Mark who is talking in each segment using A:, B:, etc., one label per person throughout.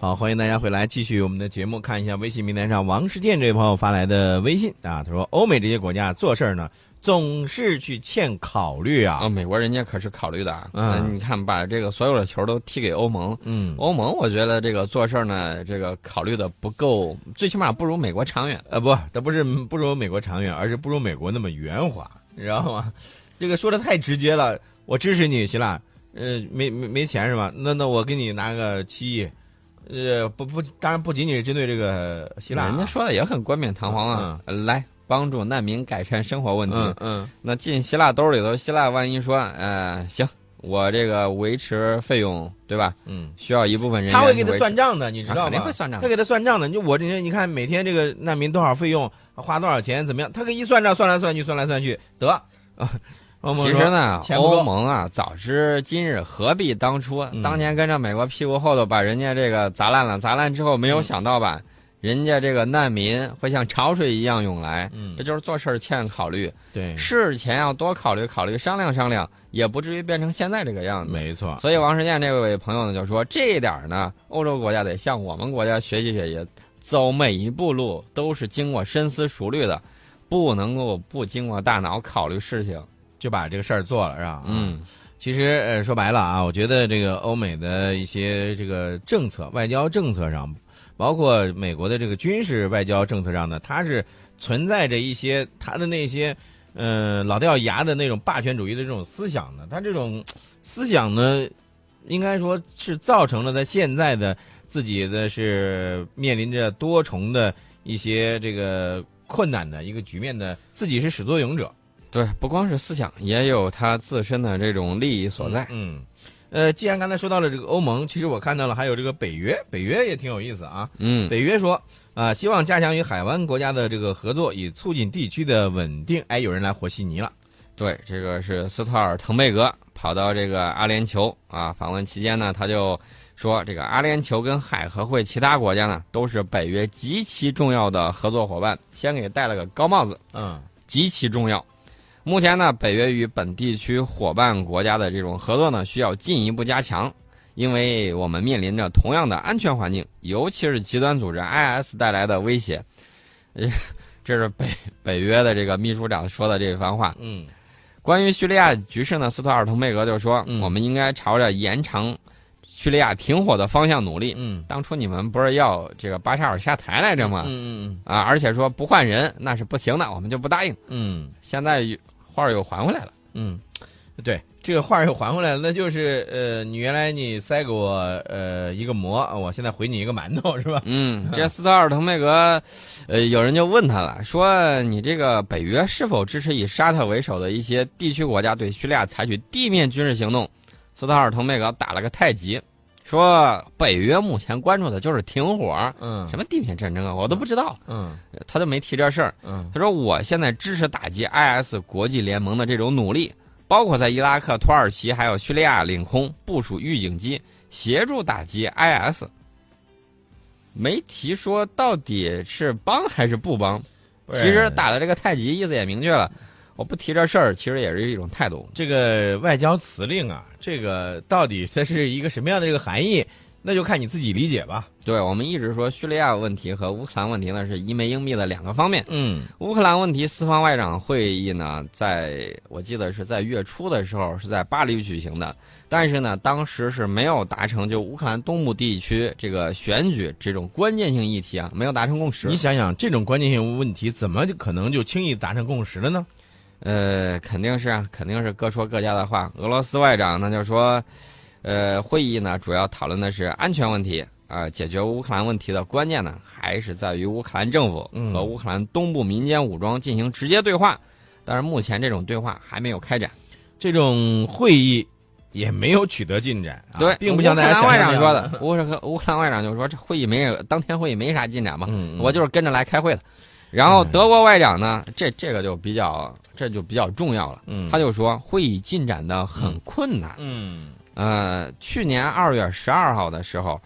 A: 好，欢迎大家回来，继续我们的节目。看一下微信平台上王世建这位朋友发来的微信啊，他说：“欧美这些国家做事儿呢，总是去欠考虑啊。
B: 啊，美国人家可是考虑的啊。
A: 嗯
B: 那你看，把这个所有的球都踢给欧盟，
A: 嗯，
B: 欧盟我觉得这个做事儿呢，这个考虑的不够，最起码不如美国长远。
A: 呃，不，它不是不如美国长远，而是不如美国那么圆滑，你知道吗？这个说的太直接了。我支持你，希腊，呃，没没没钱是吧？那那我给你拿个七亿，呃，不不，当然不仅仅是针对这个希腊、啊，
B: 人家说的也很冠冕堂皇啊，来帮助难民改善生活问题。
A: 嗯嗯
B: 那进希腊兜里头，希腊万一说，呃，行，我这个维持费用对吧？
A: 嗯，
B: 需要一部分人员
A: 他会给
B: 去
A: 他
B: 维
A: 算
B: 持，
A: 账的，你知
B: 啊
A: 道
B: 肯定
A: 吗
B: 会？算账
A: 他。给他算账的，你就我这人，你看每天这个难民多少费用，花多少钱，怎么样？他可一算账，算来算去，算来算去，得啊。我们
B: 其
A: 说
B: 实呢，
A: 钱不够
B: 欧盟啊，早知今日，何必当初？
A: 嗯
B: 当年跟着美国屁股后头把人家这个砸烂了，砸烂之后没有
A: 嗯
B: 想到吧，人家这个难民会像潮水一样涌来，
A: 嗯
B: 这，就是做事儿欠考虑，
A: 对，
B: 事前要多考虑考虑，商量商量，也不至于变成现在这个样子。
A: 没错，
B: 所以王世建这位朋友呢就说，这一点儿呢，欧洲国家得向我们国家学习学习，走每一步路都是经过深思熟虑的，不能够不经过大脑考虑事情。
A: 就把这个事儿做了，是吧？。啊
B: 嗯。
A: 其实呃，说白了啊，我觉得这个欧美的一些这个政策、外交政策上，包括美国的这个军事外交政策上呢，它是存在着一些它的那些呃老掉牙的那种霸权主义的这种思想呢，它这种思想呢，应该说是造成了在现在的自己的是面临着多重的一些这个困难的一个局面的，自己是始作俑者。
B: 对，不光是思想，也有他自身的这种利益所在。
A: 嗯，呃，既然刚才说到了这个欧盟，其实我看到了还有这个北约，北约也挺有意思啊。
B: 嗯，
A: 北约说啊、希望加强与海湾国家的这个合作，以促进地区的稳定。哎，有人来和稀泥了。
B: 对，这个是斯特尔滕贝格跑到这个阿联酋啊访问期间呢，他就说，这个阿联酋跟海合会其他国家呢都是北约极其重要的合作伙伴，先给戴了个高帽子，
A: 嗯
B: 极其重要。目前呢，北约与本地区伙伴国家的这种合作呢，需要进一步加强，因为我们面临着同样的安全环境，尤其是极端组织 IS 带来的威胁。呃这是北北约的这个秘书长说的这番话。
A: 嗯
B: 关于叙利亚局势呢，斯特尔滕贝格就说，
A: 嗯
B: 我们应该朝着延长叙利亚停火的方向努力。
A: 嗯
B: 当初你们不是要这个巴沙尔下台来着吗？
A: 嗯
B: 啊，而且说不换人那是不行的，我们就不答应。
A: 嗯嗯
B: 现在话儿又还回来了。
A: 嗯，对，这个话儿又还回来了，那就是呃，你原来你塞给我呃一个馍，我现在回你一个馒头，是吧？
B: 嗯，这斯特尔滕贝格，呃，有人就问他了，说你这个北约是否支持以沙特为首的一些地区国家对叙利亚采取地面军事行动？斯特尔滕贝格打了个太极，说北约目前关注的就是停火，
A: 嗯
B: 什么地面战争啊，我都不知道，
A: 嗯
B: 他就没提这事儿。
A: 嗯
B: 他说我现在支持打击 IS 国际联盟的这种努力，包括在伊拉克、土耳其还有叙利亚领空部署预警机，协助打击 IS。没提说到底是帮还是不帮。
A: 不
B: 其
A: 是
B: 实打的这个太极意思也明确了，我不提这事儿，其实也是一种态度。
A: 这个外交辞令啊，这个到底这是一个什么样的这个含义，那就看你自己理解吧。
B: 对我们一直说叙利亚问题和乌克兰问题呢是一枚硬币的两个方面。
A: 嗯
B: 乌克兰问题四方外长会议呢，在我记得是在月初的时候是在巴黎举行的，但是呢，当时是没有达成就乌克兰东部地区这个选举这种关键性议题啊，没有达成共识
A: 你。想想，这种关键性问题，怎么就可能就轻易达成共识了呢？
B: 呃，肯定是啊，肯定是各说各家的话。俄罗斯外长呢就说，呃，会议呢主要讨论的是安全问题啊、解决乌克兰问题的关键呢还是在于乌克兰政府
A: 嗯
B: 和乌克兰东部民间武装进行直接对话，但是目前这种对话还没有开展。
A: 这种会议也没有取得进展，啊、
B: 对，
A: 并不像大家想
B: 乌克兰外
A: 象
B: 长
A: 那
B: 说
A: 样
B: 的，乌克乌克兰外长就说这会议没有当天会议没啥进展嘛，
A: 嗯，嗯嗯
B: 我就是跟着来开会的。然后德国外长呢，这这个就比较这就比较重要了，
A: 嗯，
B: 他就说会议进展的很困难。
A: 嗯
B: 呃，去年二月十二号的时候，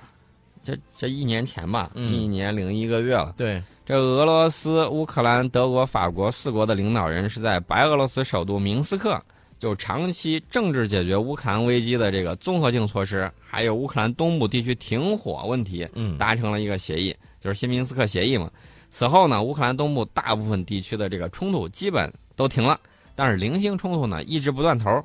B: 这这一年前吧，
A: 嗯
B: 一年零一个月了。
A: 对，
B: 这俄罗斯、乌克兰、德国、法国四国的领导人是在白俄罗斯首都明斯克就长期政治解决乌克兰危机的这个综合性措施，还有乌克兰东部地区停火问题，
A: 嗯，
B: 达成了一个协议，就是新明斯克协议嘛。此后呢，乌克兰东部大部分地区的这个冲突基本都停了，但是零星冲突呢一直不断头儿。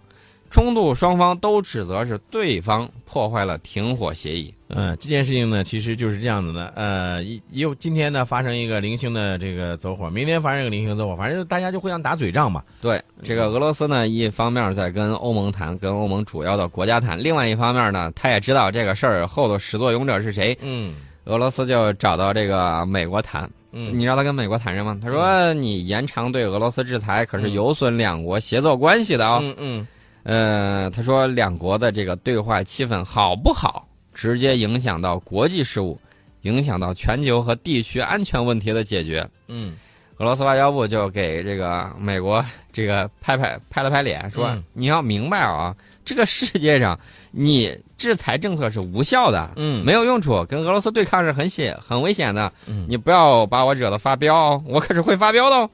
B: 冲突双方都指责是对方破坏了停火协议。
A: 嗯，这件事情呢，其实就是这样子的。呃，一又今天呢发生一个零星的这个走火，明天发生一个零星走火，反正大家就互相打嘴仗嘛。
B: 对这个俄罗斯呢，一方面在跟欧盟谈，跟欧盟主要的国家谈；另外一方面呢，他也知道这个事儿后头始作俑者是谁。
A: 嗯
B: 俄罗斯就找到这个美国谈，
A: 嗯，
B: 你知道他跟美国谈什么？他说你延长对俄罗斯制裁，可是
A: 嗯
B: 有损两国协作关系的啊、
A: 嗯嗯
B: 呃，他说两国的这个对话气氛好不好，直接影响到国际事务，影响到全球和地区安全问题的解决。
A: 嗯
B: 俄罗斯外交部就给这个美国这个拍拍拍了拍脸，说、
A: 嗯
B: 你要明白啊，这个世界上你制裁政策是无效的，
A: 嗯，
B: 没有用处，跟俄罗斯对抗是很险很危险的。
A: 嗯
B: 你不要把我惹得发飙哦，我可是会发 飙的哦。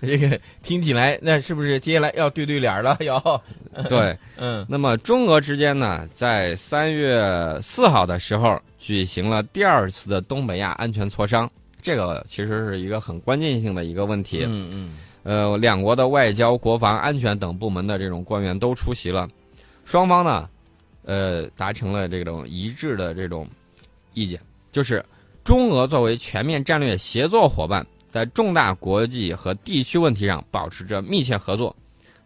A: 这个听起来，那是不是接下来要对对联了？要，
B: 对，
A: 嗯
B: 那么中俄之间呢，在三月四号的时候举行了第二次的东北亚安全磋商，这个其实是一个很关键性的一个问题。
A: 嗯嗯
B: 呃，两国的外交、国防、安全等部门的这种官员都出席了，双方呢，呃，达成了这种一致的这种意见，就是中俄作为全面战略协作伙伴，在重大国际和地区问题上保持着密切合作。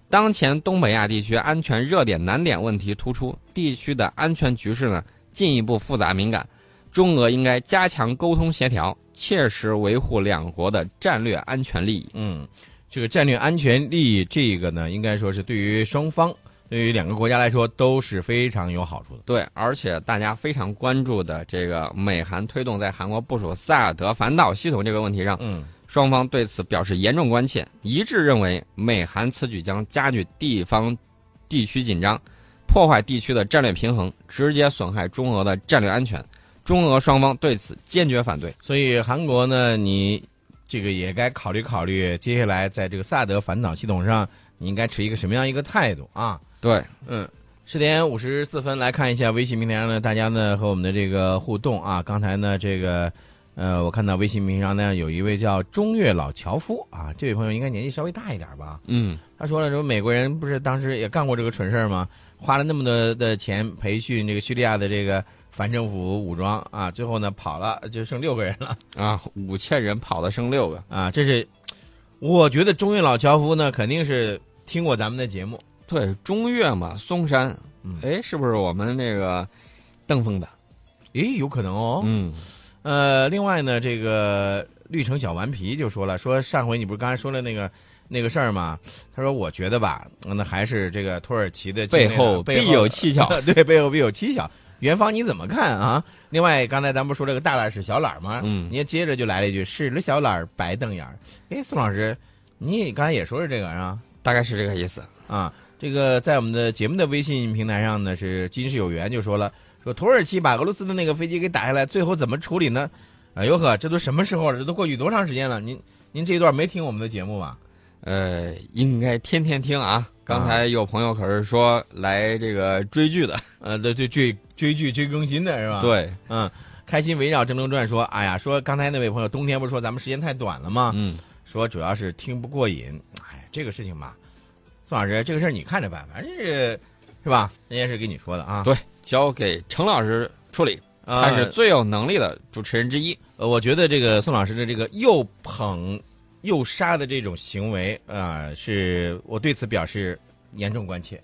B: 当前东北亚地区安全热点难点问题突出，地区的安全局势呢进一步复杂敏感，中俄应该加强沟通协调，切实维护两国的战略安全利益。
A: 嗯，这个战略安全利益，这个呢，应该说是对于双方，对于两个国家来说都是非常有好处的。
B: 对，而且大家非常关注的这个美韩推动在韩国部署萨尔德反导系统这个问题上，
A: 嗯
B: 双方对此表示严重关切，一致认为美韩此举将加剧地方地区紧张，破坏地区的战略平衡，直接损害中俄的战略安全。中俄双方对此坚决反对。
A: 所以韩国呢，你这个也该考虑考虑，接下来在这个萨德反导系统上，你应该持一个什么样一个态度啊？
B: 对，
A: 嗯，十点五十四分来看一下微信平台上呢，大家呢和我们的这个互动啊。刚才呢，这个呃，我看到微信平台上呢有一位叫中越老樵夫啊，这位朋友应该年纪稍微大一点吧。
B: 嗯，
A: 他说了，说美国人不是当时也干过这个蠢事儿吗？花了那么多的钱培训这个叙利亚的这个反政府武装啊，最后呢跑了，就剩六个人了
B: 啊，五千人跑的剩六个。
A: 啊。这是我觉得中越老樵夫呢肯定是听过咱们的节目，
B: 对，中越嘛，嵩山
A: 嗯，
B: 哎，是不是我们这个邓峰的？
A: 诶，有可能哦。
B: 嗯，
A: 呃，另外呢，这个绿城小顽皮就说了，说上回你不是刚才说了那个那个事儿吗？他说，我觉得吧，嗯那还是这个土耳其的境内
B: 背
A: 呢
B: 后
A: 啊背
B: 必有蹊跷。，
A: 对，背后必有蹊跷。元芳你怎么看啊？另外，刚才咱不说了个大懒使小懒吗？
B: 嗯
A: 你也接着就来了一句“使了小懒儿白瞪眼儿”。哎，宋老师，你刚才也说是这个啊
B: 大概是这个意思。
A: 啊，这个在我们的节目的微信平台上呢，是今世有缘就说了，说土耳其把俄罗斯的那个飞机给打下来，最后怎么处理呢？哎呦呵，这都什么时候了？这都过去多长时间了？您您这一段没听我们的节目吧？
B: 呃，应该天天听啊。刚才有朋友可是说来这个追剧的，
A: 呃，对对，追追剧追更新的是吧？，
B: 对，
A: 嗯，开心围绕《甄嬛传》说，哎呀，说刚才那位朋友冬天不是说咱们时间太短了吗？
B: 嗯，
A: 说主要是听不过瘾。哎，这个事情吧，宋老师，这个事儿你看着办，反正是是吧？人家是跟你说的啊。
B: 对交给程老师处理，
A: 呃，
B: 他是最有能力的主持人之一。
A: 呃，我觉得这个宋老师的这个又捧又杀的这种行为啊、呃是我对此表示严重关切。